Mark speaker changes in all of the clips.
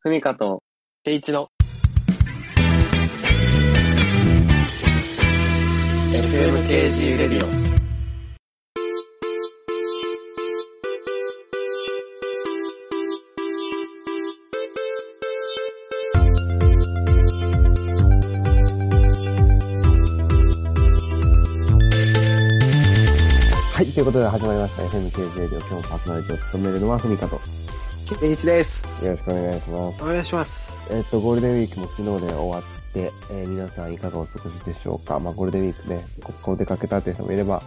Speaker 1: ふみかと、
Speaker 2: 定一の
Speaker 1: FMKG レディオ。
Speaker 3: はい、ということで始まりました FMKJ で今日もパーソナリティを務めるのはふみかと。よ
Speaker 2: 定一です。
Speaker 3: ろしくお願いします。
Speaker 2: お願いします。
Speaker 3: えっ、と、ゴールデンウィークも昨日で終わって、えー皆さんいかがお過ごしでしょうかまあ、ゴールデンウィークね、ここお出かけたという人もいれば、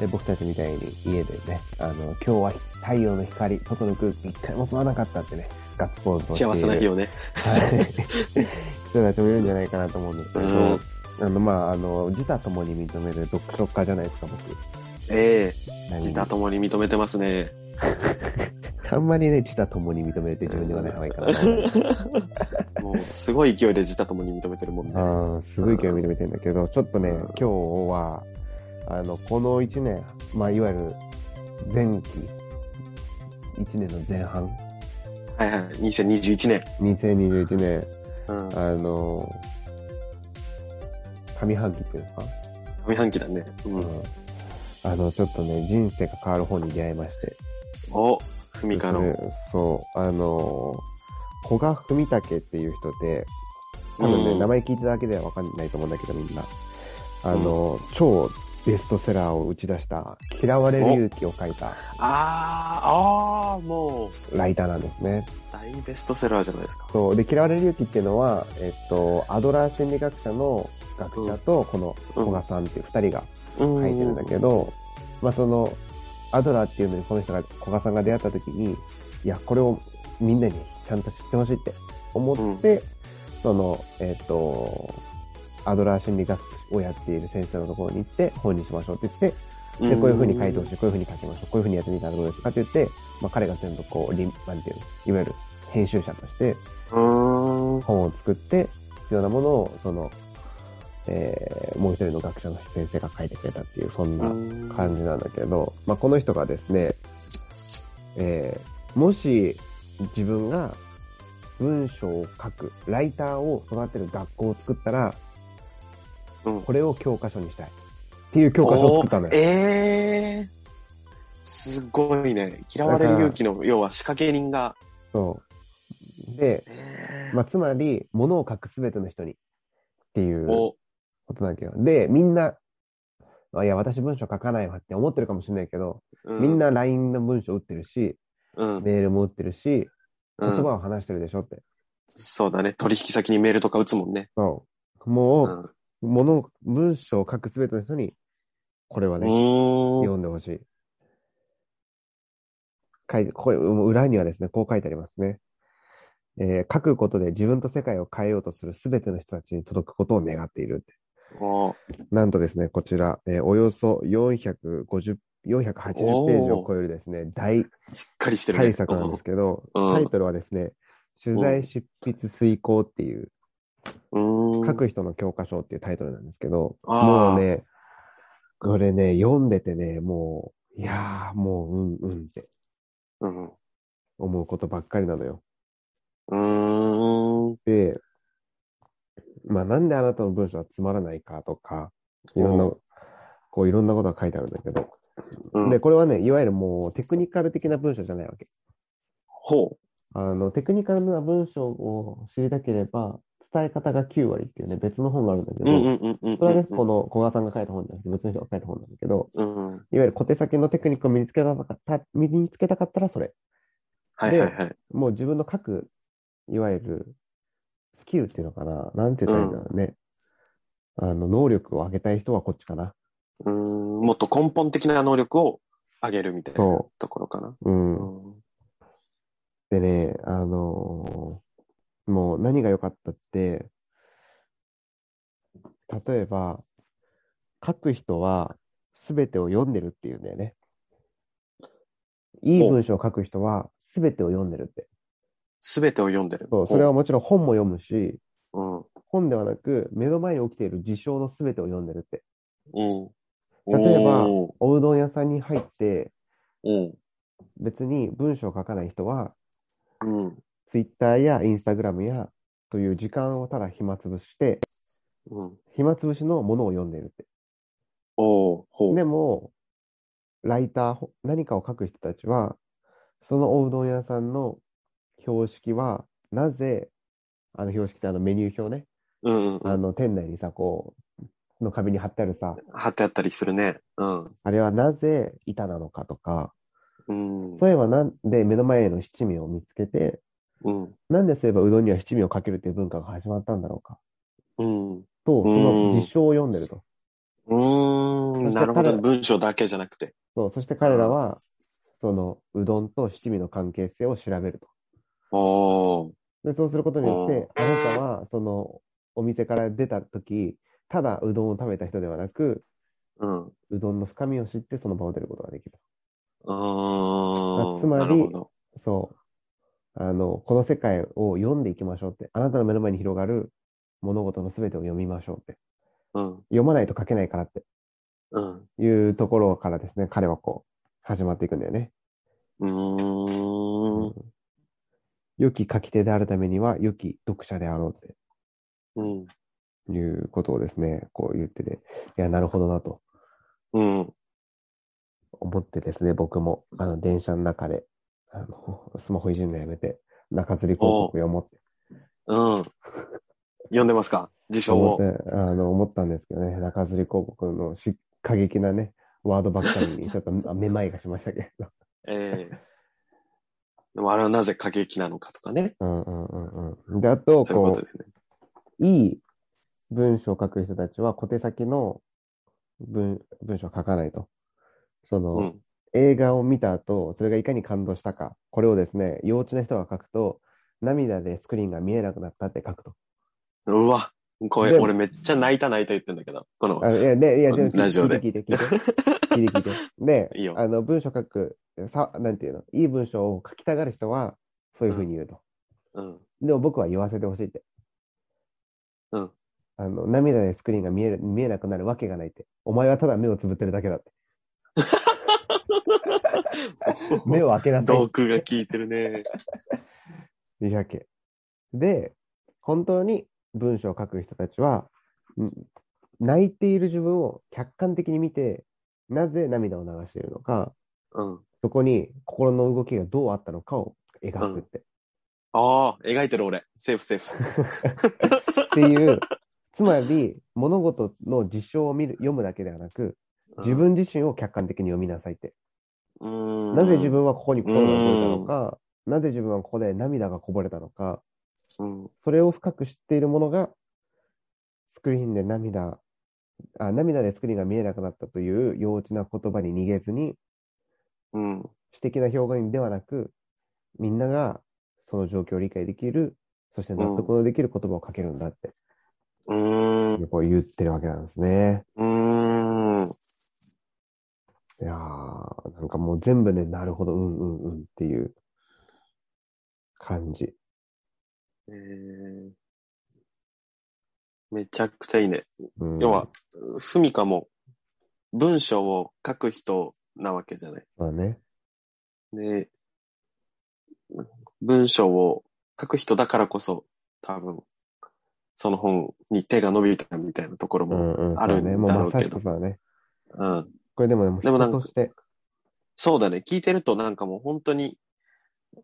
Speaker 3: えー僕たちみたいに家でね、あの、今日は太陽の光、外の空気一回も吸わなかったってね、ガッツポーズをしてい
Speaker 2: 幸
Speaker 3: る
Speaker 2: せな日をね。
Speaker 3: はい。 人たちもいるんじゃないかなと思うんですけど、
Speaker 2: うん
Speaker 3: あの、まあ、あの、自他ともに認める読書家じゃないですか、僕。
Speaker 2: ええ自他ともに認めてますね。
Speaker 3: あんまりね、自他ともに認めるって自分で言わない方がいいかなと思うんですけど。
Speaker 2: もう、すごい勢いで自他ともに認めてるもんね。
Speaker 3: ああ、すごい興味出てるんだけど、ちょっとね、今日は、あの、この1年、まあ、いわゆる、前期、1年の前半、
Speaker 2: はいはい。2021年。
Speaker 3: 2021年、
Speaker 2: うん。
Speaker 3: あの、上半期というか、
Speaker 2: 上半期だね。う。
Speaker 3: うんん。あの、ちょっとね、人生が変わる本に出会いまして。
Speaker 2: お、ふみかの。
Speaker 3: そう、あの、古賀文武っていう人で、多分ね、
Speaker 2: うん
Speaker 3: 名前聞いただけではわかんないと思うんだけど、みんな。あの、超ベストセラーを打ち出した、嫌われる勇気を書いた
Speaker 2: あー、あー、もう、
Speaker 3: ライターなんですね。
Speaker 2: 大ベストセラーじゃないですか。
Speaker 3: そう。で、嫌われる勇気っていうのは、えっと、アドラー心理学者の学者と、この
Speaker 2: うん
Speaker 3: 古賀さんっていう二人が
Speaker 2: う
Speaker 3: 書いてるんだけど、まあその、アドラーっていうのにこの人が、古賀さんが出会った時に、いや、これをみんなにちゃんと知ってほしいって思って、その、えっ、と、アドラー心理学をやっている先生のところに行って、本にしましょうって言って、で、こういう風に書いてほしい、こういう風に書きましょう、こういう風にやってみたらどうですかって言って、まあ彼が全部こう、りんなんていうの、いわゆる編集者として、
Speaker 2: うーん。
Speaker 3: 本を作って、必要なものを、その、えー、もう一人の学者の先生が書いてくれたっていう、そんな感じなんだけど、まあ、この人がですね、えーもし自分が文章を書く、ライターを育てる学校を作ったら、
Speaker 2: うん
Speaker 3: これを教科書にしたい。っていう教科書を作ったの
Speaker 2: お
Speaker 3: よ。
Speaker 2: ーえー。すごいね。嫌われる勇気の、要は仕掛け人が。
Speaker 3: そう。で、
Speaker 2: えー
Speaker 3: まあ、つまり、物を書くすべての人に。っていうこ
Speaker 2: お、
Speaker 3: となんだけど。で、みんな、あいや、私文章書かないわって思ってるかもしれないけど、
Speaker 2: う
Speaker 3: みん、な LINE の文章打ってるし、
Speaker 2: うん、
Speaker 3: メールも打ってるし、
Speaker 2: う
Speaker 3: 言葉
Speaker 2: ん
Speaker 3: を話してるでしょって。
Speaker 2: そうだね。取引先にメールとか打つもんね。
Speaker 3: そ
Speaker 2: う
Speaker 3: う。も
Speaker 2: ん。
Speaker 3: う、もの、文章を書くすべての人に、これはね、
Speaker 2: うーん。
Speaker 3: 読んでほしい。書いて、ここ裏にはですね、こう書いてありますね。えー書くことで自分と世界を変えようとするすべての人たちに届くことを願っているって
Speaker 2: お
Speaker 3: なんとですね、こちら、えーおよそ450、480ページを超えるですね、大
Speaker 2: しっかりしてるね。
Speaker 3: 大作なんですけど、
Speaker 2: うん
Speaker 3: タイトルはですね、取材執筆遂行っていう、
Speaker 2: うん。うーん
Speaker 3: 書く人の教科書っていうタイトルなんですけど、
Speaker 2: あー
Speaker 3: もうね、これね、読んでてね、もう、いやー、もう、うん、うんって
Speaker 2: うん。う
Speaker 3: 思うことばっかりなのよ。
Speaker 2: ーん。
Speaker 3: で、まあ、なんであなたの文章はつまらないかとか、いろんな、こう、いろんなことが書いてあるんだけど、
Speaker 2: うん
Speaker 3: で、これはね、いわゆるもうテクニカル的な文章じゃないわけ。
Speaker 2: ほ
Speaker 3: あの、テクニカルな文章を知りたければ、伝え方が9割っていうね、別の本があるんだけ
Speaker 2: う。
Speaker 3: ど、
Speaker 2: うんうんうんうん。
Speaker 3: それはね、この小川さんが書いた本じゃなくて、別の人が書いた本なんだけど、
Speaker 2: うん。うん。
Speaker 3: いわゆる小手先のテクニックを身につけたかった、身につけたかったらそれ。
Speaker 2: はいはいはい。
Speaker 3: もう自分の書く、いわゆる、スキルっていうのかな。なんて言ったらいいんだろうね。あの、能力を上げたい人はこっちかな。
Speaker 2: うーん。もっと根本的な能力を上げるみたいな
Speaker 3: そ
Speaker 2: ところかな。
Speaker 3: う。うん。
Speaker 2: うん。
Speaker 3: でね、あのーもう何が良かったって、例えば、書く人は全てを読んでるっていうんだよね。いい
Speaker 2: ほう
Speaker 3: 文章を書く人は全てを読んでるって。
Speaker 2: すべてを読んでる。
Speaker 3: そう、それはもちろん本も読むし、
Speaker 2: ほ
Speaker 3: 本ではなく、目の前に起きている事象の全てを読んでるって。
Speaker 2: う。うん。うん。
Speaker 3: 例えば
Speaker 2: おー
Speaker 3: おうどん屋さんに入って、
Speaker 2: うん。
Speaker 3: 別に文章を書かない人は、
Speaker 2: うん。
Speaker 3: ツイッターやインスタグラムや、という時間をただ暇つぶしして、
Speaker 2: うん。
Speaker 3: 暇つぶしのものを読んでるって。
Speaker 2: おー、ほう。
Speaker 3: でも、ライター、ほ何かを書く人たちは、そのおうどん屋さんの標識は、なぜ、あの標識ってあのメニュー表ね、
Speaker 2: うん、う
Speaker 3: あ
Speaker 2: ん。
Speaker 3: の店内にさ、こう、の壁に貼ってあるさ、
Speaker 2: 貼ってあったりするね。うん。
Speaker 3: あれはなぜ板なのかとか、
Speaker 2: うん。
Speaker 3: そういえばなんで目の前の七味を見つけて、
Speaker 2: うん。
Speaker 3: なんでそういえばうどんには七味をかけるっていう文化が始まったんだろうか、
Speaker 2: うん。う
Speaker 3: と、その
Speaker 2: うん
Speaker 3: 実証を読んでると。
Speaker 2: ー
Speaker 3: そ
Speaker 2: ん。
Speaker 3: して
Speaker 2: なるほ
Speaker 3: た
Speaker 2: ど。
Speaker 3: だ
Speaker 2: 文章だけじゃなくて。
Speaker 3: そう、そして彼らは、そのうどんと七味の関係性を調べると。
Speaker 2: おー。
Speaker 3: で、そうすることによって、あなたは、その、お店から出た時ただうどんを食べた人ではなく、
Speaker 2: うん。う
Speaker 3: うどんの深みを知ってその場を出ることができる。
Speaker 2: ーん。
Speaker 3: つまり
Speaker 2: なるほど。
Speaker 3: そう。あの、この世界を読んでいきましょうって、あなたの目の前に広がる物事の全てを読みましょうって。
Speaker 2: うん。
Speaker 3: 読まないと書けないからって
Speaker 2: うん。
Speaker 3: いうところからですね、彼はこう、始まっていくんだよね。
Speaker 2: うーん。
Speaker 3: うん良き書き手であるためには、良き読者であろうっ
Speaker 2: うん。
Speaker 3: ていうことをですね、こう言ってて、いや、なるほどなと。
Speaker 2: うん。
Speaker 3: 思ってですね、僕も、あの、電車の中で、あの、スマホいじるのやめて、中吊り広告読もうって
Speaker 2: うん。読んでますか辞書を。
Speaker 3: 思って、あの、思ったんですけどね、中吊り広告のし過激なね、ワードばっかりに、ちょ っとあめまいがしましたけど。
Speaker 2: ええでもあれはなぜ過激なのかとかね。
Speaker 3: うんうんうんうん。で、あと、
Speaker 2: そういうこ
Speaker 3: こと
Speaker 2: ですね。
Speaker 3: う、いい文章を書く人たちは、小手先の文文章を書かないと。その、
Speaker 2: うん。
Speaker 3: 映画を見た後、それがいかに感動したか、これをですね、幼稚な人が書くと、涙でスクリーンが見えなくなったって書くと。
Speaker 2: うわ、これ、
Speaker 3: で
Speaker 2: 俺めっちゃ泣いた泣いた言ってんだけど、この、
Speaker 3: あいや、で、いや、でも聞い
Speaker 2: ラジオで
Speaker 3: 聞いて聞いて聞いて。聞いて聞いて。 で、
Speaker 2: いいよ
Speaker 3: あの、文章書く、さ、なんていうの、いい文章を書きたがる人は、そういうふうに言うと。
Speaker 2: うん、
Speaker 3: でも僕は言わせてほしいって。
Speaker 2: うん。
Speaker 3: あの、涙でスクリーンが見える、見えなくなるわけがないって。お前はただ目をつぶってるだけだって。目を開けなさいっ て
Speaker 2: 洞窟が効いてるね。
Speaker 3: 理百景。で、本当に文章を書く人たちは、ん泣いている自分を客観的に見て、なぜ涙を流しているのか、
Speaker 2: うん。
Speaker 3: そこに心の動きがどうあったのかを描くって。
Speaker 2: ああ、描いてる俺。セーフセーフ。
Speaker 3: っていう、つまり物事の事象を見る読むだけではなく、
Speaker 2: うん
Speaker 3: 自分自身を客観的に読みなさいって。
Speaker 2: うーん。
Speaker 3: なぜ自分はここに心が動いたのか、なぜ自分はここで涙がこぼれたのか、
Speaker 2: うん、
Speaker 3: それを深く知っているものが、スクリーンで涙、あ涙でスクリーンが見えなくなったという幼稚な言葉に逃げずに、
Speaker 2: うん。
Speaker 3: 詩的な表現ではなく、みんながその状況を理解できる、そして納得のできる言葉をかけるんだって、
Speaker 2: うーん。
Speaker 3: こう言ってるわけなんですね。
Speaker 2: うーん。
Speaker 3: いやー、なんかもう全部ね、なるほど、うんうんうんっていう感じ。
Speaker 2: えーめちゃくちゃいいね。
Speaker 3: うん、
Speaker 2: 要は、ふみかも、文章を書く人なわけじゃない。
Speaker 3: まあね。
Speaker 2: で、文章を書く人だからこそ、多分、その本に手が伸びたみたいなところ
Speaker 3: う
Speaker 2: も、
Speaker 3: んうん、
Speaker 2: あるん
Speaker 3: そうね。もう
Speaker 2: だ
Speaker 3: ま
Speaker 2: ろう
Speaker 3: さ
Speaker 2: け
Speaker 3: し
Speaker 2: ど
Speaker 3: くさね。
Speaker 2: うん。
Speaker 3: これでもね、もう
Speaker 2: でもなん
Speaker 3: 人
Speaker 2: か
Speaker 3: として、
Speaker 2: そうだね。聞いてるとなんかもう本当に、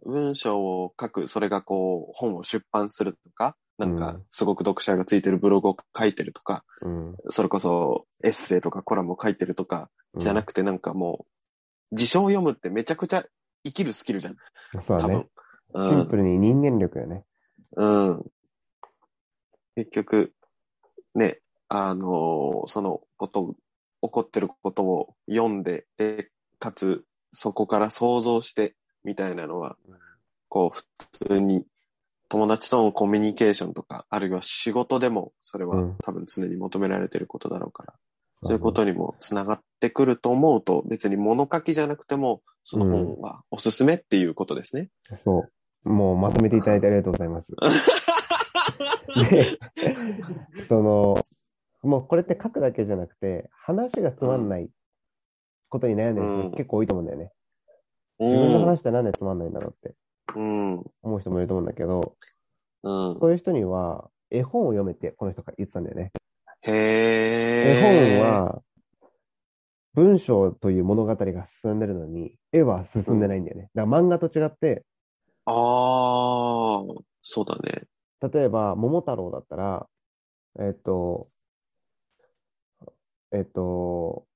Speaker 2: 文章を書く、それがこう、本を出版するとか、なん
Speaker 3: う
Speaker 2: か
Speaker 3: ん、
Speaker 2: すごく読者がついてるブログを書いてるとか、
Speaker 3: うん。
Speaker 2: それこそエッセイとかコラムを書いてるとか、じゃなくてなんかもう、辞書を読むってめちゃくちゃ生きるスキルじゃん。
Speaker 3: そうだ
Speaker 2: 多
Speaker 3: ね
Speaker 2: 分。。
Speaker 3: シ
Speaker 2: う
Speaker 3: ン
Speaker 2: ん
Speaker 3: プ。ルに人間力よね。
Speaker 2: うん。結局、ね、あのーそのこと、起こってることを読んで、で、かつ、そこから想像して、みたいなのは、こう、普通に、友達とのコミュニケーションとか、あるいは仕事でも、それ
Speaker 3: う
Speaker 2: は
Speaker 3: ん
Speaker 2: 多分常に求められてることだろうから、そういうことにもつながってくると思うと、別に物書きじゃなくても、その本はおすすめっていうことですね。
Speaker 3: そう。もうまとめていただいてありがとうござ います。で、その、もうこれって書くだけじゃなくて、話がつまんないことに悩んでる
Speaker 2: う
Speaker 3: 人
Speaker 2: ん
Speaker 3: 結構多いと思うんだよね。
Speaker 2: う
Speaker 3: 自分の
Speaker 2: ん。
Speaker 3: 話ってなんでつまんないんだろうって。
Speaker 2: うん。うん。
Speaker 3: 思う人もいると思うんだけど、
Speaker 2: うん。
Speaker 3: そういう人には、絵本を読めって、この人が言ってたんだよね。
Speaker 2: へ
Speaker 3: 絵
Speaker 2: え。
Speaker 3: 本、は、文章という物語が進んでるのに、絵は進んでないんだよね。だから漫画と違って、
Speaker 2: ああ、そうだね。
Speaker 3: 例えば、桃太郎だったら、えっと、えっと、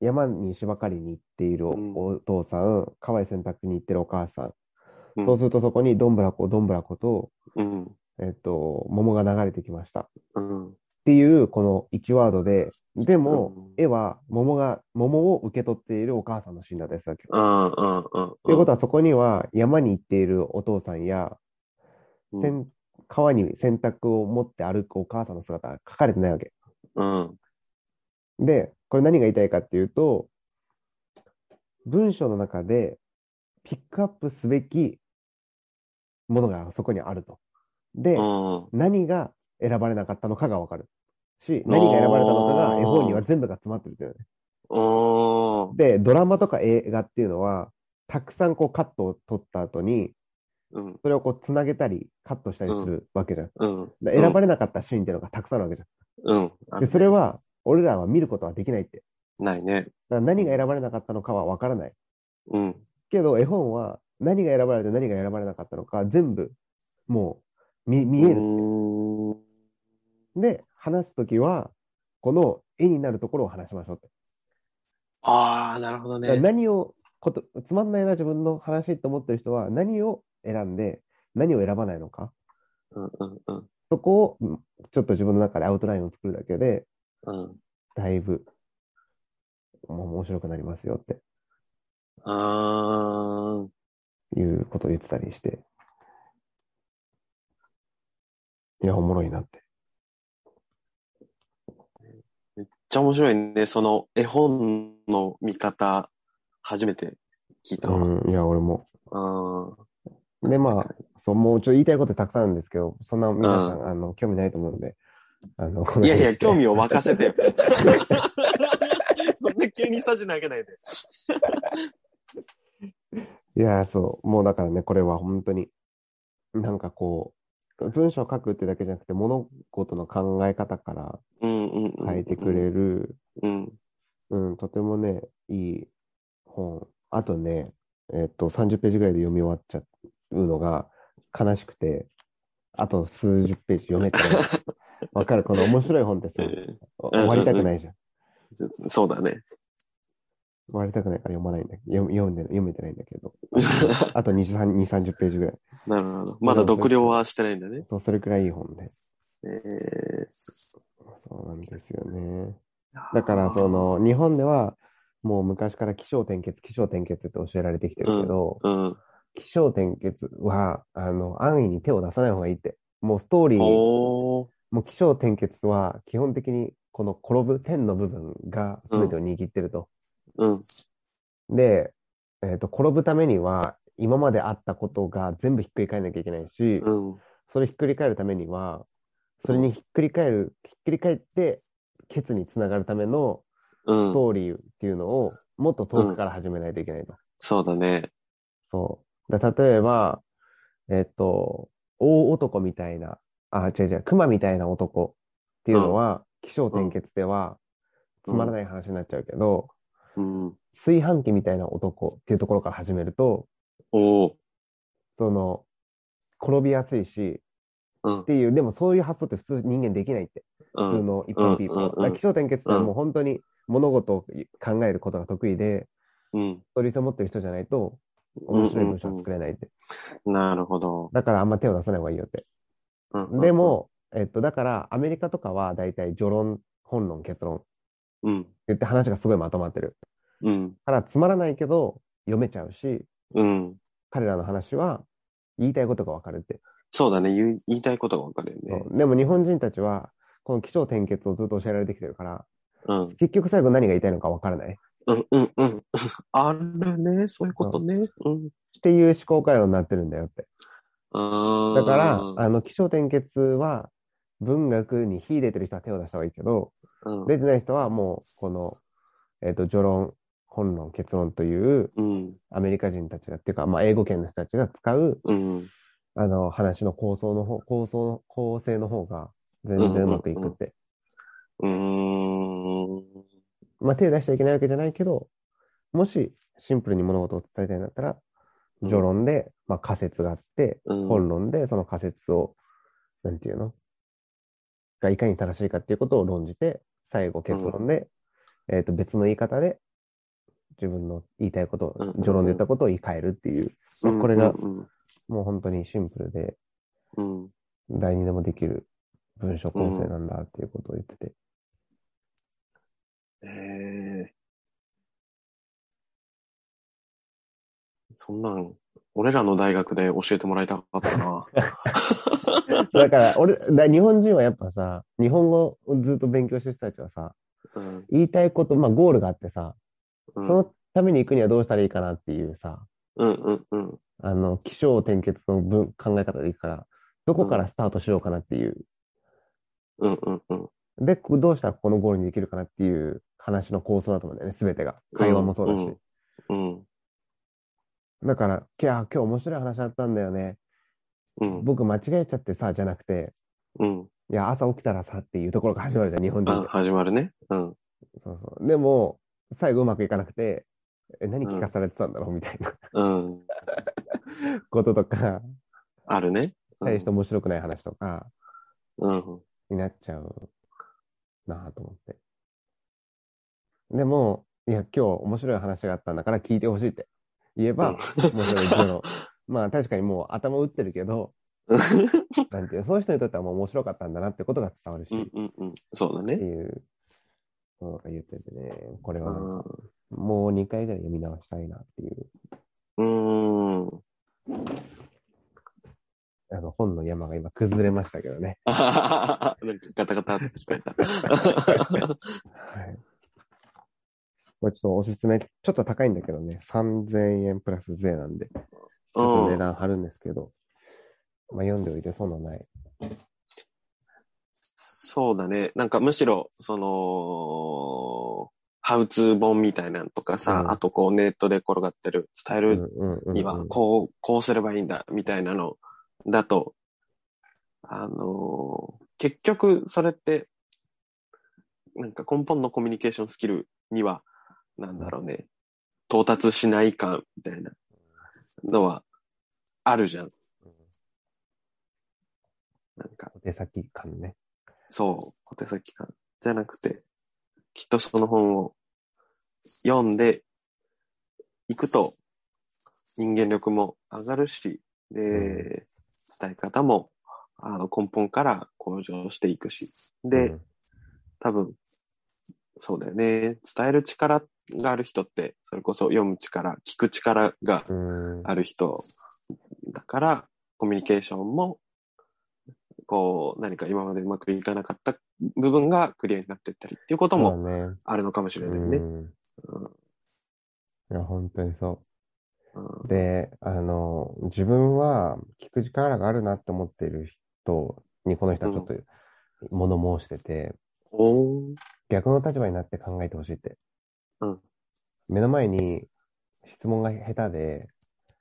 Speaker 3: 山に芝刈りに行っている
Speaker 2: うん
Speaker 3: おお父さん、川へ洗濯に行ってるお母さん。
Speaker 2: うん
Speaker 3: そうするとそこにどんぶらこ、どんぶらこと、
Speaker 2: うん。
Speaker 3: えっと、桃が流れてきました。っ
Speaker 2: うん。
Speaker 3: ていう、この1ワードで、でも
Speaker 2: うん、
Speaker 3: 絵は桃が、桃を受け取っているお母さんのシーンだったりするわけよ。
Speaker 2: うん。うん。うん。
Speaker 3: ということ
Speaker 2: は、
Speaker 3: は、そこには山に行っているお父さんや、
Speaker 2: う
Speaker 3: せ
Speaker 2: ん。
Speaker 3: ん川に洗濯を持って歩くお母さんの姿は書かれてないわけ。
Speaker 2: うん。
Speaker 3: で、これ何が言いたいかっていうと、文章の中でピックアップすべきものがそこにあると。で、
Speaker 2: うん
Speaker 3: 何が選ばれなかったのかがわかる。し、何が選ばれたのかが絵本には全部が詰まってるんだよね。
Speaker 2: うん。
Speaker 3: で、ドラマとか映画っていうのは、たくさんこうカットを取った後に、
Speaker 2: うん。
Speaker 3: それをこう繋げたり、カットしたりするわけじゃん。
Speaker 2: うん。
Speaker 3: で選ばれなかったシーンっていうのがたくさんあるわけじ
Speaker 2: うん。
Speaker 3: ゃん。で、それは、俺らは見ることはできないって。
Speaker 2: ないね。
Speaker 3: だから何が選ばれなかったのかはわからない。
Speaker 2: うん。
Speaker 3: けど絵本は何が選ばれて何が選ばれなかったのか全部もう見見える。
Speaker 2: る。
Speaker 3: で、話すときはこの絵になるところを話しましょうって。
Speaker 2: ああ、なるほど
Speaker 3: だか
Speaker 2: ね。
Speaker 3: ら何をこと、つまんないな自分の話と思ってる人は何を選んで何を選ばないのか。
Speaker 2: うんうんうん
Speaker 3: そこをうんちょっと自分の中でアウトラインを作るだけで
Speaker 2: うん。
Speaker 3: だいぶもう面白くなりますよっ
Speaker 2: あー
Speaker 3: ていうことを言ってたりして。いや、おもろいなって。
Speaker 2: めっちゃ面白いね。その絵本の見方、初めて聞いたわ。
Speaker 3: うん、いや、俺も。
Speaker 2: うん。
Speaker 3: で、ま
Speaker 2: 確か
Speaker 3: あ、そう、もうちょっと言いたいことたくさんあるんですけど、そんな皆さん、あの、興味ないと思うので、あの、この
Speaker 2: いやい
Speaker 3: 辺
Speaker 2: や、
Speaker 3: で
Speaker 2: 興味 を任せてよ。そんな急にサジ投げないで。
Speaker 3: いや、そう、もうだからね、これは本当に、なんかこう、文章を書くってだけじゃなくて、物事の考え方から
Speaker 2: うんうんうん。
Speaker 3: 変えてくれる、
Speaker 2: うん。
Speaker 3: うん、とてもね、いい本。あとね、えっと、30ページぐらいで読み終わっちゃうのが悲しくて、あと数十ページ読めてない。わかるこの面白い本って
Speaker 2: え
Speaker 3: さ、終わりたくないじゃん。
Speaker 2: ーそうだね。
Speaker 3: 終わりたくないから読まないんだけど、読読んで、読めてないんだけど。あと2、3 2 30ページぐらい。
Speaker 2: なるほど。まだ読了はしてないんだね。
Speaker 3: そう、それくらいいい本で。
Speaker 2: え
Speaker 3: そうなんですよね。
Speaker 2: ー
Speaker 3: だから、そ、の、日本では、もう昔から気象転結、気象転結って教えられてきてるけど、
Speaker 2: うん。
Speaker 3: 気象転結は、あの、安易に手を出さない方がいいって。もうストーリーに、
Speaker 2: おー。
Speaker 3: もう気象転結は、基本的に、この転ぶ点の部分が全てを握ってると。
Speaker 2: うん。
Speaker 3: で、えっ、と、転ぶためには、今まであったことが全部ひっくり返らなきゃいけないし、
Speaker 2: うん。
Speaker 3: それひっくり返るためには、それにひっくり返る、ひっくり返って、ケツにつながるための
Speaker 2: う
Speaker 3: ス
Speaker 2: ん。
Speaker 3: トーリーっていうのを、もっと遠くから始めないといけないと。
Speaker 2: そうだね。
Speaker 3: そう。だ例えば、えっと、大男みたいな、あ、違う違う、熊みたいな男っていうのは、気象転結では、つまらない話になっちゃうけど、
Speaker 2: うん。
Speaker 3: 炊飯器みたいな男っていうところから始めると、
Speaker 2: おー。
Speaker 3: その、転びやすいし、
Speaker 2: うん
Speaker 3: っ。ていう、でもそういう発想って普通人間できないって。
Speaker 2: う
Speaker 3: 普通
Speaker 2: ん。
Speaker 3: の一般ピーポー。
Speaker 2: うんうんうん
Speaker 3: だから気象転結ってもう本当に物事を考えることが得意で、
Speaker 2: うん。
Speaker 3: 取り持ってる人じゃないと、面白い文章は作れないって。
Speaker 2: なるほど。
Speaker 3: だからあんま手を出さない方がいいよって。
Speaker 2: うんうんうん
Speaker 3: で、も、えっと、だからアメリカとかは大体序論、本論、結論って
Speaker 2: うん。
Speaker 3: 言って話がすごいまとまってる。
Speaker 2: うん。
Speaker 3: だからつまらないけど、読めちゃうし、
Speaker 2: うん。
Speaker 3: 彼らの話は言いたいことがわかるって。
Speaker 2: そうだね。言い言いたいことがわかるよね。
Speaker 3: そうでも日本人たちは、この気象転結をずっと教えられてきてるから、
Speaker 2: うん。
Speaker 3: 結局最後何が言いたいのかわからない。
Speaker 2: うん、うん、うん。あるね。そういうことね。うん。
Speaker 3: っていう思考回路になってるんだよって。
Speaker 2: あー
Speaker 3: だから、あの、気象転結は、文学に秀でてる人は手を出した方がいいけど、
Speaker 2: うん
Speaker 3: 出てない人はもう、この、えっ、と、序論、本論、結論という
Speaker 2: うん。
Speaker 3: アメリカ人たちが、っていうか、まあ、英語圏の人たちが使う、
Speaker 2: うん。
Speaker 3: あの、話の構想の方、構想の、構成の方が全然うまくいくって。
Speaker 2: うーん。
Speaker 3: まあ、手出しちゃいけないわけじゃないけど、もしシンプルに物事を伝えたいんだったら、
Speaker 2: うん
Speaker 3: 序論で、まあ、仮説があって、
Speaker 2: うん
Speaker 3: 本論でその仮説を、なんていうのがいかに正しいかっていうことを論じて、最後結論で、えっと、別の言い方で、自分の言いたいこと
Speaker 2: うんうん
Speaker 3: を
Speaker 2: う、ん
Speaker 3: 序論で言ったことを言い換えるっていう、
Speaker 2: うん
Speaker 3: これが
Speaker 2: うん。
Speaker 3: もう本当にシンプルで、
Speaker 2: うん。
Speaker 3: 誰にでもできる文章構成なんだっていうことを言ってて。
Speaker 2: ええそんなん、俺らの大学で教えてもらいたかったな。
Speaker 3: だから、俺、だ日本人はやっぱさ、日本語をずっと勉強してる人たちはさ、
Speaker 2: うん。
Speaker 3: 言いたいこと、まあゴールがあってさ、
Speaker 2: う
Speaker 3: そ
Speaker 2: ん
Speaker 3: のために行くにはどうしたらいいかなっていうさ、
Speaker 2: うんうんうん。
Speaker 3: あの、起承転結の分考え方でいくから、どこからスタートしようかなっていう。
Speaker 2: うんうんうん。
Speaker 3: で、こどうしたらこのゴールにできるかなっていう話の構想だと思うんだよね、すべてが。会話もそうだし。
Speaker 2: んうん。
Speaker 3: だから、いや、今日面白い話あったんだよね。
Speaker 2: うん。
Speaker 3: 僕間違えちゃってさ、じゃなくて、
Speaker 2: うん。
Speaker 3: いや、朝起きたらさっていうところが始まるじゃん、日本人
Speaker 2: あ
Speaker 3: で。
Speaker 2: 始まるね。うん。
Speaker 3: そうそう。でも、最後うまくいかなくて、え、何聞かされてたんだろうみたいな
Speaker 2: うん。
Speaker 3: こととか、
Speaker 2: あるね。うん
Speaker 3: 大して面白くない話とか
Speaker 2: うん。
Speaker 3: になっちゃうなぁと思って。でも、いや、今日面白い話があったんだから聞いてほしいって言えば、面白いけど、まあ確かにもう頭打ってるけど、なんていう、そういう人にとってはもう面白かったんだなってことが伝わるし、
Speaker 2: う
Speaker 3: っ
Speaker 2: んうんうん。そうだ
Speaker 3: て
Speaker 2: ね。
Speaker 3: いう、そう言っててね、これ
Speaker 2: う
Speaker 3: はなん
Speaker 2: ん
Speaker 3: かもう2回ぐらい読み直したいなっていう。
Speaker 2: うーん。
Speaker 3: あの、本の山が今崩れましたけど ね。
Speaker 2: あはははなんかガタガタって聞 こえた。
Speaker 3: はい。これちょっとおすすめ、ちょっと高いんだけどね、3000円プラス税なんで、ちょっと
Speaker 2: う
Speaker 3: 値
Speaker 2: ん。
Speaker 3: 段張るんですけど、まあ読んでおいて損のない。
Speaker 2: そうだね。なんかむしろ、その、ハウツー本みたいなのとかさ、
Speaker 3: うん
Speaker 2: あとこうネットで転がってる、伝え
Speaker 3: うん
Speaker 2: る
Speaker 3: うんうん
Speaker 2: には、こう、こうすればいいんだ、みたいなのだと、あのー結局それって、なんか根本のコミュニケーションスキルには、なんだろうね、到達しない感みたいなのはあるじゃん。なんか、
Speaker 3: 出先感ね。
Speaker 2: そう、小手先感じゃなくて、きっとその本を読んでいくと人間力も上がるし、で、
Speaker 3: うん
Speaker 2: 伝え方もあの根本から向上していくし、で、
Speaker 3: うん
Speaker 2: 多分、そうだよね。伝える力がある人って、それこそ読む力、聞く力が
Speaker 3: うん。
Speaker 2: ある人だから、コミュニケーションも、こう、何か今までうまくいかなかった部分がクリアになっていったりっていうことも
Speaker 3: そうね。
Speaker 2: あるのかもしれないね。
Speaker 3: うんいや、本当にそ
Speaker 2: うん
Speaker 3: う。で、あの、自分は聞く力があるなって思っている人に、この人はちょっと物申してて、
Speaker 2: おー
Speaker 3: 逆の立場になって考えてほしいって。
Speaker 2: うん
Speaker 3: 目の前に質問が下手で、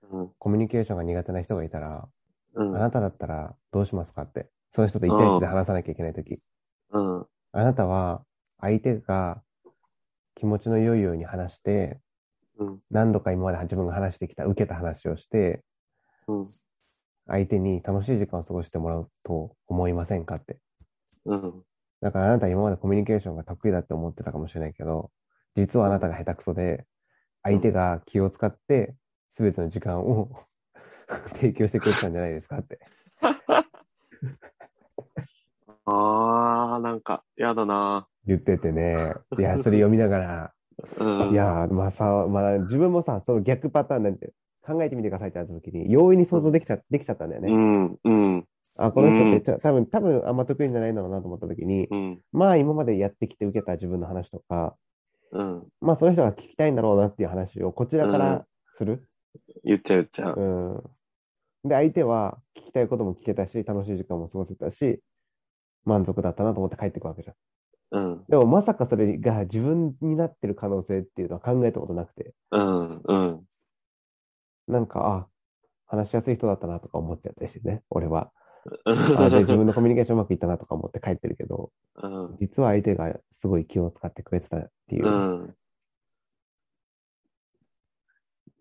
Speaker 2: うん
Speaker 3: コミュニケーションが苦手な人がいたら、
Speaker 2: うん
Speaker 3: あなただったらどうしますかって。その人と一対一で話さなきゃいけないとき。
Speaker 2: うん
Speaker 3: あなたは相手が気持ちの良いように話して、
Speaker 2: うん
Speaker 3: 何度か今まで自分が話してきた、受けた話をして、
Speaker 2: うん
Speaker 3: 相手に楽しい時間を過ごしてもらうと思いませんかって。
Speaker 2: うん
Speaker 3: だからあなたは今までコミュニケーションが得意だって思ってたかもしれないけど、実はあなたが下手くそで、相手が気を使って、すべての時間を 提供してくれてたんじゃないですかって。
Speaker 2: あー、なんか、やだな
Speaker 3: 言っててね。いや、それ読みながら、
Speaker 2: うん。
Speaker 3: いや、まあさ、まあ自分もさ、その逆パターンなんて、考えてみてくださいってやった時に、容易に想像できちゃ、できちゃったんだよ
Speaker 2: う
Speaker 3: ね。
Speaker 2: ん、うん、
Speaker 3: あ、この人ってちょ、多分、多分あんま得意じゃないんだろうなと思った時に、
Speaker 2: うん、
Speaker 3: まあ今までやってきて受けた自分の話とか、
Speaker 2: うん。
Speaker 3: まあその人が聞きたいんだろうなっていう話をこちらからする。
Speaker 2: 言っちゃう言っちゃう。
Speaker 3: うん。で、相手は聞きたいことも聞けたし、楽しい時間も過ごせたし、満足だったなと思って帰ってくわけじゃん。
Speaker 2: うん、
Speaker 3: でもまさかそれが自分になってる可能性っていうのは考えたことなくて、
Speaker 2: うん、うん。
Speaker 3: なんか、あ、話しやすい人だったなとか思っちゃったりしてね、俺は。あで自分のコミュニケーションうまくいったなとか思って帰ってるけど、
Speaker 2: うん、
Speaker 3: 実は相手がすごい気を使ってくれてたっていう。
Speaker 2: うん。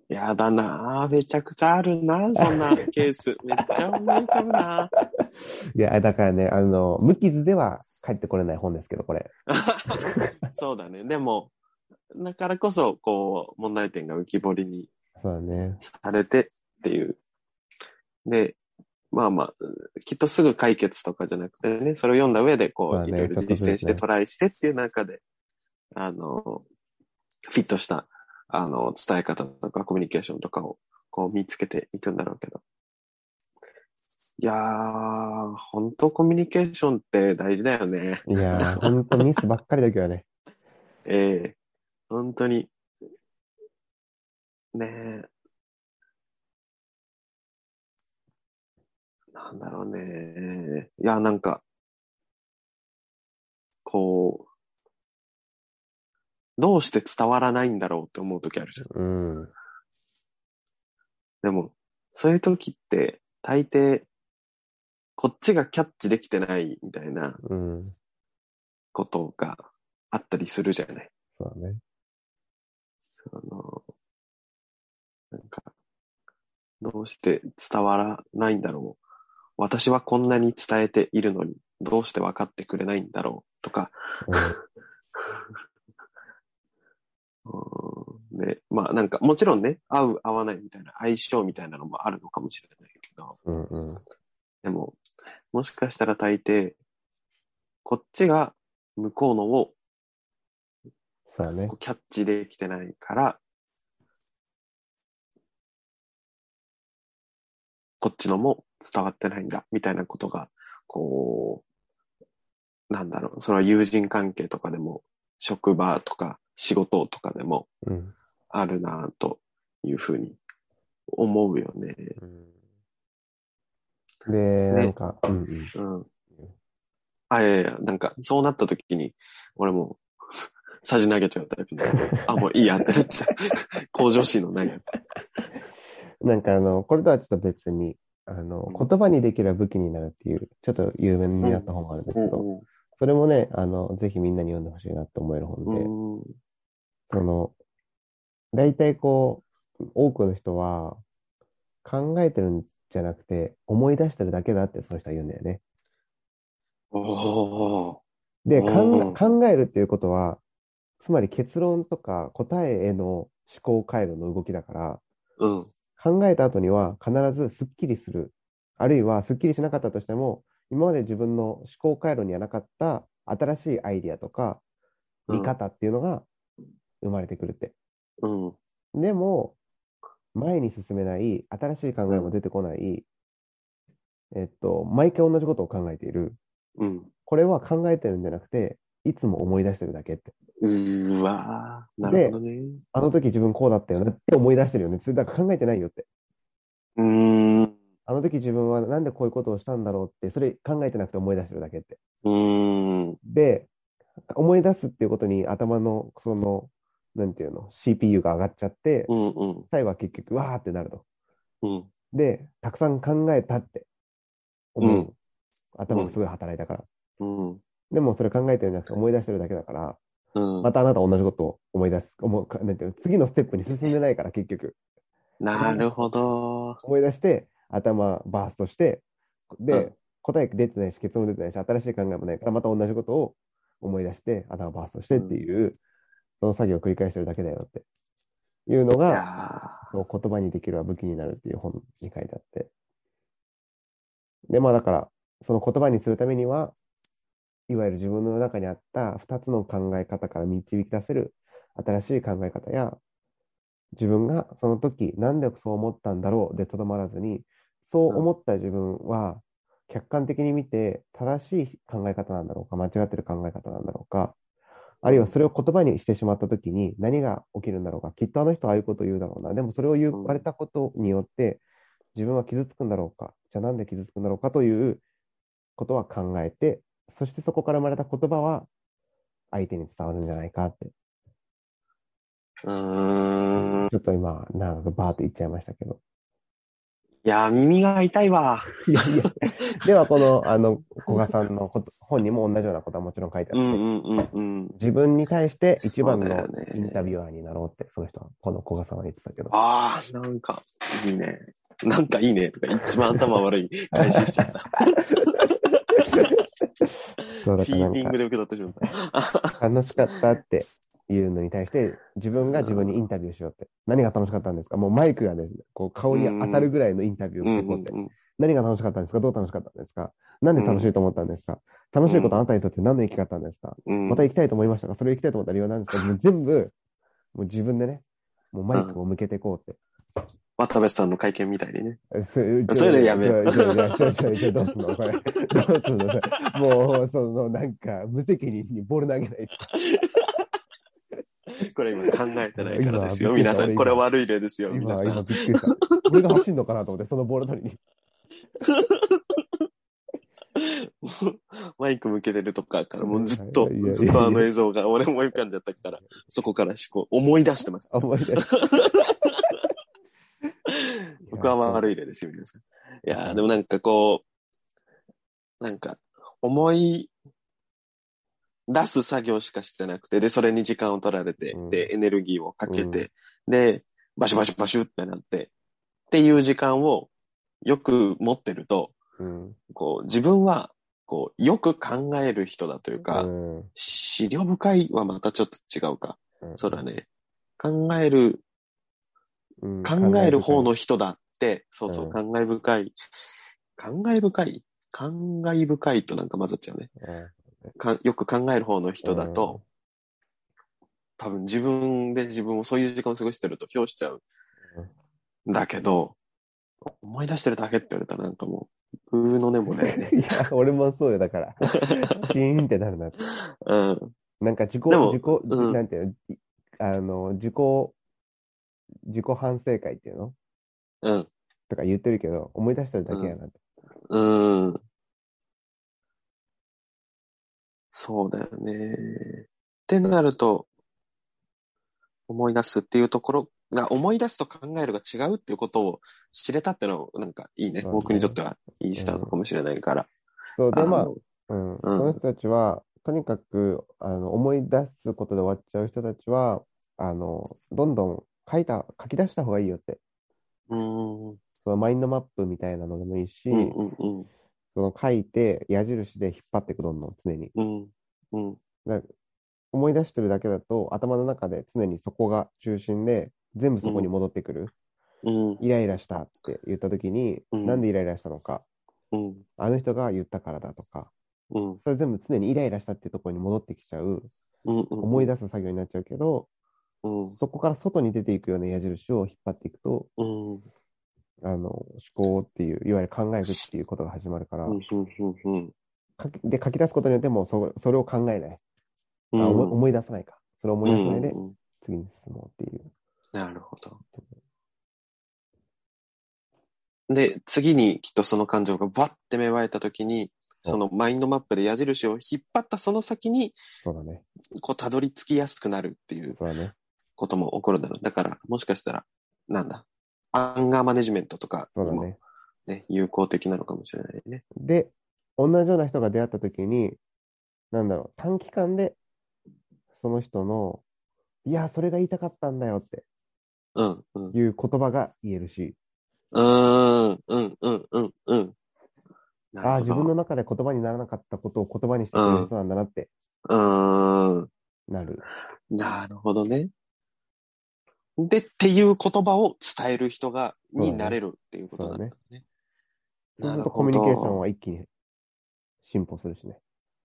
Speaker 2: やだなぁ。めちゃくちゃあるなぁ、そんなケース。めっちゃ思い浮かぶなぁ。
Speaker 3: いや、だからね、あの、無傷では帰ってこれない本ですけど、これ。
Speaker 2: そうだね。でも、だからこそ、こう、問題点が浮き彫りに
Speaker 3: そうだね。
Speaker 2: されてっていう。で、まあまあ、きっとすぐ解決とかじゃなくてね、それを読んだ上で、こ
Speaker 3: まあ
Speaker 2: う、い
Speaker 3: ね
Speaker 2: ろいろ
Speaker 3: ちょっとずつ
Speaker 2: 実
Speaker 3: ね
Speaker 2: 践してトライしてっていう中で、あの、フィットした、あの、伝え方とかコミュニケーションとかを、こう見つけていくんだろうけど。いやー、本当コミュニケーションって大事だよね。
Speaker 3: いやー、ほんとミスばっかりだけどね。
Speaker 2: ええ本当に。ねえ。なんだろうね。いや、なんか、こう、どうして伝わらないんだろうって思う時あるじゃん。
Speaker 3: うん。
Speaker 2: でも、そういう時って、大抵、こっちがキャッチできてないみたいな
Speaker 3: うん。
Speaker 2: ことがあったりするじゃない。
Speaker 3: そうだね。
Speaker 2: その、なんか、どうして伝わらないんだろう。私はこんなに伝えているのに、どうして分かってくれないんだろうとか、うんで、まあなんか、もちろんね、合う合わないみたいな相性みたいなのもあるのかもしれないけど、
Speaker 3: うん。うん。うん。
Speaker 2: でも、もしかしたら大抵、こっちが向こうのを
Speaker 3: そうだね
Speaker 2: こ。うキャッチできてないから、こっちのも伝わってないんだ、みたいなことが、こう、なんだろう、それは友人関係とかでも、職場とか仕事とかでも
Speaker 3: うん。
Speaker 2: あるなぁというふうに思うよね。
Speaker 3: で、なんか、うんうん。
Speaker 2: うん。あ、いやいや、なんか、そうなった時に、俺も、さじ投げちゃうタイプの、あ、もういいやってなっちゃう。向上心のないやつ。
Speaker 3: なんかあの、これとはちょっと別に、あの、
Speaker 2: うん
Speaker 3: 言葉にできれば武器になるっていう、ちょっと有名になった本があるんですけど、
Speaker 2: う
Speaker 3: それもね、あの、ぜひみんなに読んでほしいなと思える本で、
Speaker 2: んうん
Speaker 3: その、大体こう、多くの人は、考えてるんじゃなくて、思い出してるだけだってその人は言うんだよね。
Speaker 2: おー
Speaker 3: で、
Speaker 2: うん
Speaker 3: 考え考えるっていうことは、つまり結論とか答えへの思考回路の動きだから、
Speaker 2: うん。
Speaker 3: 考えた後には必ずスッキリする。あるいはスッキリしなかったとしても、今まで自分の思考回路にはなかった新しいアイディアとか
Speaker 2: うん
Speaker 3: 見方っていうのが生まれてくるって。
Speaker 2: うん。
Speaker 3: でも、前に進めない、新しい考えも出てこない、えっと、毎回同じことを考えている。
Speaker 2: うん。
Speaker 3: これは考えてるんじゃなくて、いつも思い出してるだけって。
Speaker 2: うーわー。なるほどね。
Speaker 3: あの時自分こうだったよねって思い出してるよね。それだから考えてないよって。
Speaker 2: うーん。う
Speaker 3: あの時自分はなんでこういうことをしたんだろうって、それ考えてなくて思い出してるだけって。
Speaker 2: ーん。
Speaker 3: で、思い出すっていうことに頭の、その、なんていうの、CPU が上がっちゃって、
Speaker 2: うんうん。
Speaker 3: 最後は結局、わーってなると。
Speaker 2: うん。
Speaker 3: で、たくさん考えたって思う。
Speaker 2: うん
Speaker 3: 頭がすごい働いたから。
Speaker 2: うん。
Speaker 3: でもそれ考えてるんじゃなくて思い出してるだけだから、
Speaker 2: うん
Speaker 3: ま。たあなた同じことを思い出す。思うかなんていうの次のステップに進んでないから、結局。
Speaker 2: なるほど。
Speaker 3: 思い出して、頭バーストして、で、
Speaker 2: うん
Speaker 3: 答え出てないし、結論出てないし、新しい考えもないから、また同じことを思い出して、頭バーストしてっていう、その作業を繰り返してるだけだよっていうの
Speaker 2: い
Speaker 3: が、
Speaker 2: や
Speaker 3: その言葉にできるは武器になるっていう本に書いてあって。で、まあだから、その言葉にするためには、いわゆる自分の中にあった2つの考え方から導き出せる新しい考え方や、自分がその時なんでそう思ったんだろうでとどまらずに、そう思った自分は客観的に見て正しい考え方なんだろうか、間違ってる考え方なんだろうか、あるいはそれを言葉にしてしまった時に何が起きるんだろうか、きっとあの人はああいうことを言うだろうな、でもそれを言
Speaker 2: うん
Speaker 3: われたことによって自分は傷つくんだろうか、じゃあなんで傷つくんだろうかということは考えて、そしてそこから生まれた言葉は相手に伝わるんじゃないかって。
Speaker 2: うーん。
Speaker 3: ちょっと今、長くバーって言っちゃいましたけど。
Speaker 2: いやー、耳が痛いわ。
Speaker 3: いやいや。 では、この、あの、古賀さんのこと本にも同じようなことはもちろん書いてあっ
Speaker 2: う
Speaker 3: て、
Speaker 2: んうんうんうん。
Speaker 3: 自分に対して一番
Speaker 2: そうだ
Speaker 3: の
Speaker 2: よね
Speaker 3: インタビュアーになろうって、その人は、この古賀さんは言ってたけど。
Speaker 2: ああ、なんか、いいね。なんかいいね。とか、一番頭悪 い返ししちゃった。
Speaker 3: そう
Speaker 2: フ
Speaker 3: だ
Speaker 2: ィ
Speaker 3: から
Speaker 2: ー
Speaker 3: なん
Speaker 2: リン
Speaker 3: か
Speaker 2: グで受け取ってしまった。
Speaker 3: 楽しかったっていうのに対して、自分が自分にインタビューしようって。何が楽しかったんですかもうマイクがね、こう顔に当たるぐらいのインタビュー
Speaker 2: う
Speaker 3: をし
Speaker 2: ん
Speaker 3: ていこ
Speaker 2: う
Speaker 3: うっ
Speaker 2: ん
Speaker 3: て。
Speaker 2: うん。
Speaker 3: 何が楽しかったんですかどう楽しかったんですかなんで楽しいと思ったんですか楽しいことあなたにとって何の生き方なんですか
Speaker 2: うん
Speaker 3: また行きたいと思いましたかそれ行きたいと思った理由は何 ですかもう全部、もう自分でね、もうマイクを向けていこうって。
Speaker 2: 渡部さんの会見みたいにね。
Speaker 3: えそれ
Speaker 2: それでやめ
Speaker 3: じゃ
Speaker 2: よう
Speaker 3: あじゃあじゃあじゃあじゃあじゃあどうすんのこれ。どうすんのそれもう、その、なんか、無責任にボール投げない。
Speaker 2: これ今考えてないからですよ。
Speaker 3: 今びっくりした
Speaker 2: 皆さん、これ悪い例ですよ。皆
Speaker 3: 今、
Speaker 2: さ
Speaker 3: 今
Speaker 2: ん。
Speaker 3: びっくりした。俺が走んのかなと思って、そのボール取りに。
Speaker 2: マイク向けてるとかから、もうずっと
Speaker 3: いやいやい、や
Speaker 2: ずっとあの映像が俺思い浮かんじゃったから、そこから思考、思い出してました。
Speaker 3: 思い出した。
Speaker 2: 僕は悪い例ですよ、皆さん。いやーでもなんかこう、なんか、思い出す作業しかしてなくて、で、それに時間を取られて、
Speaker 3: うん
Speaker 2: で、エネルギーをかけて、で、バシュバシュバシュってなって、っていう時間をよく持ってると、
Speaker 3: うん。
Speaker 2: こう、自分は、こう、よく考える人だというか、
Speaker 3: うん
Speaker 2: 資料深いはまたちょっと違うか。そうだ。ね。考える、
Speaker 3: うん
Speaker 2: 考える方。の人だって、そうそうう、
Speaker 3: ん
Speaker 2: 感慨深い。感慨深い感慨深いとなんか混ざっちゃうね。
Speaker 3: うん
Speaker 2: かよく考える方の人だと、多分自分で自分をそういう時間を過ごしてると評しちゃう。だけど、思い出してるだけって言われたらなんかもう、うーの根もない ね。
Speaker 3: いや、俺もそうよ、だから。シーンってなるな。
Speaker 2: うん。
Speaker 3: なんか自己、
Speaker 2: でも
Speaker 3: 自己、
Speaker 2: うん
Speaker 3: なんていうの、いあの、自己、自己反省会っていうの
Speaker 2: うん。
Speaker 3: とか言ってるけど、思い出してるだけやなって。
Speaker 2: うん。そうだよね。ってなると、思い出すっていうところが、思い出すと考えるが違うっていうことを知れたってのは、なんかいいね。
Speaker 3: そうだね
Speaker 2: 僕にとってはいいスタートかもしれないから。
Speaker 3: そう、で、
Speaker 2: あ
Speaker 3: まあ
Speaker 2: の、
Speaker 3: うん、その人たちは、とにかく、あの、思い出すことで終わっちゃう人たちは、あの、どんどん書いた、書き出した方がいいよって。
Speaker 2: うん。うん
Speaker 3: そのマインドマップみたいなのでもいいし、
Speaker 2: うんうん。
Speaker 3: その書いて、矢印で引っ張っていく、どんどん常に。
Speaker 2: うん。うん。
Speaker 3: 思い出してるだけだと、頭の中で常にそこが中心で、全部そこに戻ってくる。
Speaker 2: うん。
Speaker 3: イライラしたって言った時に、
Speaker 2: うん
Speaker 3: なんでイライラしたのか、
Speaker 2: うん。
Speaker 3: あの人が言ったからだとか、
Speaker 2: うん。
Speaker 3: それ全部常にイライラしたっていうところに戻ってきちゃう、
Speaker 2: うん。
Speaker 3: 思い出す作業になっちゃうけど、
Speaker 2: うん。
Speaker 3: そこから外に出ていくような矢印を引っ張っていくと、
Speaker 2: うん。
Speaker 3: あの、思考っていう、いわゆる考えるっていうことが始まるから、
Speaker 2: うん。うん。
Speaker 3: 書きで、書き出すことによってもうそ、それを考えない。
Speaker 2: う
Speaker 3: あ
Speaker 2: ん。
Speaker 3: 思い思い出さないか。それを思い出さないで
Speaker 2: う、んうん
Speaker 3: 次に進もうっていう。
Speaker 2: なるほど。で、次にきっとその感情がバッて芽生えた時に、
Speaker 3: そう
Speaker 2: そのマインドマップで矢印を引っ張ったその先に、
Speaker 3: そうだね。
Speaker 2: こう、たどり着きやすくなるっていう
Speaker 3: そうだね。
Speaker 2: ことも起こるだろう。だから、もしかしたら、なんだ、アンガーマネジメントとか
Speaker 3: そ
Speaker 2: に
Speaker 3: うだ
Speaker 2: も、
Speaker 3: ね
Speaker 2: ね。有効的なのかもしれないね。
Speaker 3: で、同じような人が出会った時に、なんだろう、短期間で、その人の、いや、それが言いたかったんだよって
Speaker 2: うん、うん。
Speaker 3: いう言葉が言えるし、
Speaker 2: うーん、うん、うん、うん、うん。
Speaker 3: あ
Speaker 2: な
Speaker 3: あ、
Speaker 2: る
Speaker 3: 自
Speaker 2: ほ
Speaker 3: 分
Speaker 2: ど。
Speaker 3: の中で言葉にならなかったことを言葉にしてくれる人なんだなって
Speaker 2: うーん。
Speaker 3: なる。
Speaker 2: なるほどね。で、っていう言葉を伝える人が、
Speaker 3: そうだね
Speaker 2: になれるっていうことなんだね。
Speaker 3: そう
Speaker 2: な
Speaker 3: す
Speaker 2: るほ
Speaker 3: ると
Speaker 2: ど
Speaker 3: コミュニケーションは一気に進歩するしね。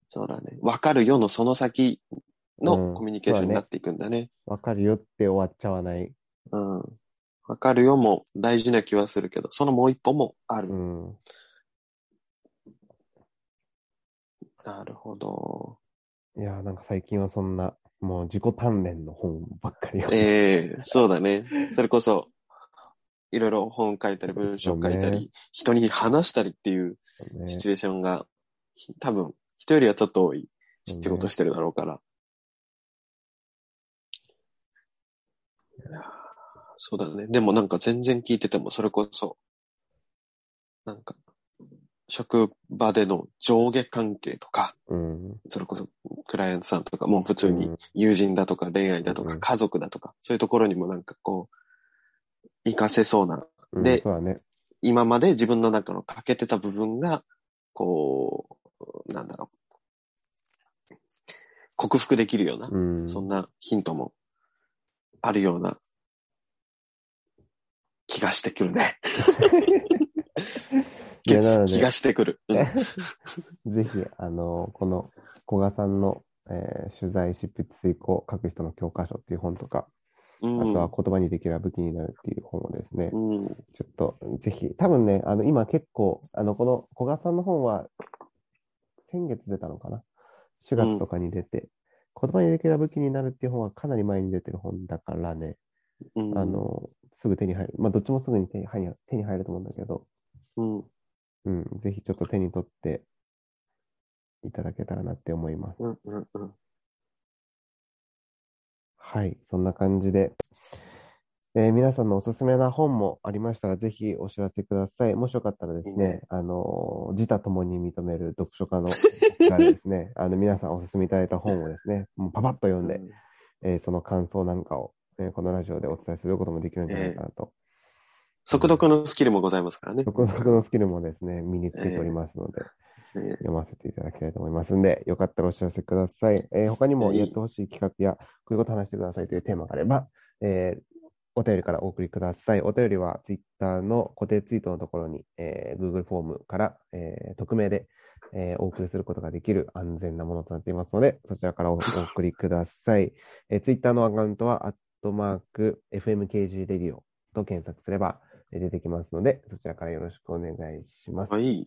Speaker 2: そうだね。わかるよのその先
Speaker 3: うん
Speaker 2: のコミュニケーション
Speaker 3: そうだね
Speaker 2: になっていくんだね。
Speaker 3: わかるよって終わっちゃわない。
Speaker 2: うん。わかるよも大事な気はするけど、そのもう一歩もある。
Speaker 3: うん。
Speaker 2: なるほど。
Speaker 3: いやー、なんか最近はそんな、もう自己鍛錬の本ばっかりを。
Speaker 2: ええそうだね。それこそ、いろいろ本書いたり、文章書い
Speaker 3: そ
Speaker 2: た
Speaker 3: う
Speaker 2: り、
Speaker 3: ね
Speaker 2: 人に話したりっていう
Speaker 3: ね
Speaker 2: シチュエーションが、多分、人よりはちょっと多い仕事してるだろうから、そうだね。でもなんか全然聞いてても、それこそ、なんか、職場での上下関係とか、
Speaker 3: うん。
Speaker 2: それこそクライアントさんとか、もう普通に
Speaker 3: うん
Speaker 2: 友人だとか恋愛だと
Speaker 3: う
Speaker 2: か
Speaker 3: ん
Speaker 2: 家族だとか、そういうところにもなんかこう、活かせそうな、
Speaker 3: うん
Speaker 2: で
Speaker 3: そうだね。
Speaker 2: 今まで自分の中の欠けてた部分が、こう、なんだろう、克服できるような、
Speaker 3: うん。
Speaker 2: そんなヒントもあるような気がしてくるね。
Speaker 3: いやなので
Speaker 2: 気がしてくる。うん
Speaker 3: ぜひ、あの、この、古賀さんの、えー取材、執筆、遂行、書く人の教科書っていう本とか、あとは言葉にできれば武器になるっていう本をですね、
Speaker 2: うんうん
Speaker 3: ちょっと、ぜひ、多分ね、あの、今結構、あの、この古賀さんの本は、先月出たのかな ?4 月とかに出て、言葉にできれば武器になるっていう本はかなり前に出てる本だからね、
Speaker 2: うん
Speaker 3: あの、すぐ手に入る。まあ、どっちもすぐに手に入る手に入ると思うんだけど、
Speaker 2: うん
Speaker 3: うん、ぜひちょっと手に取っていただけたらなって思います。
Speaker 2: うんうんうん
Speaker 3: はい、そんな感じで、えー皆さんのおすすめな本もありましたら、ぜひお知らせください。もしよかったらですね、あのー自他ともに認める読書家のがですね、あの皆さんおすすめいただいた本をですね、もうパパッと読んで、えーその感想なんかを、えーこのラジオでお伝えすることもできるんじゃないかなと。
Speaker 2: 速読のスキルもございますからね。
Speaker 3: 独特のスキルもですね、身につけておりますので、
Speaker 2: えー
Speaker 3: 読ませていただきたいと思いますんで、よかったらお知らせください。えー他にも
Speaker 2: はい
Speaker 3: やってほしい企画や、こういうこと話してくださいというテーマがあれば、えーお便りからお送りください。お便りは Twitter の固定ツイートのところに、えー Google フォームから、えー匿名で、えーお送りすることができる安全なものとなっていますので、そちらからおお送りください。えー、Twitter のアカウントは、アットマーク、FMKG レディオと検索すればえー出てきますので、そちらからよろしくお願いします。
Speaker 2: はい。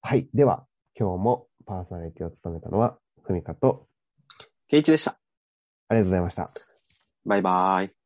Speaker 3: はい。では、今日もパーソナリティを務めたのは、ふみかと、
Speaker 2: ケイチでした。
Speaker 3: ありがとうございました。
Speaker 2: バイバイ。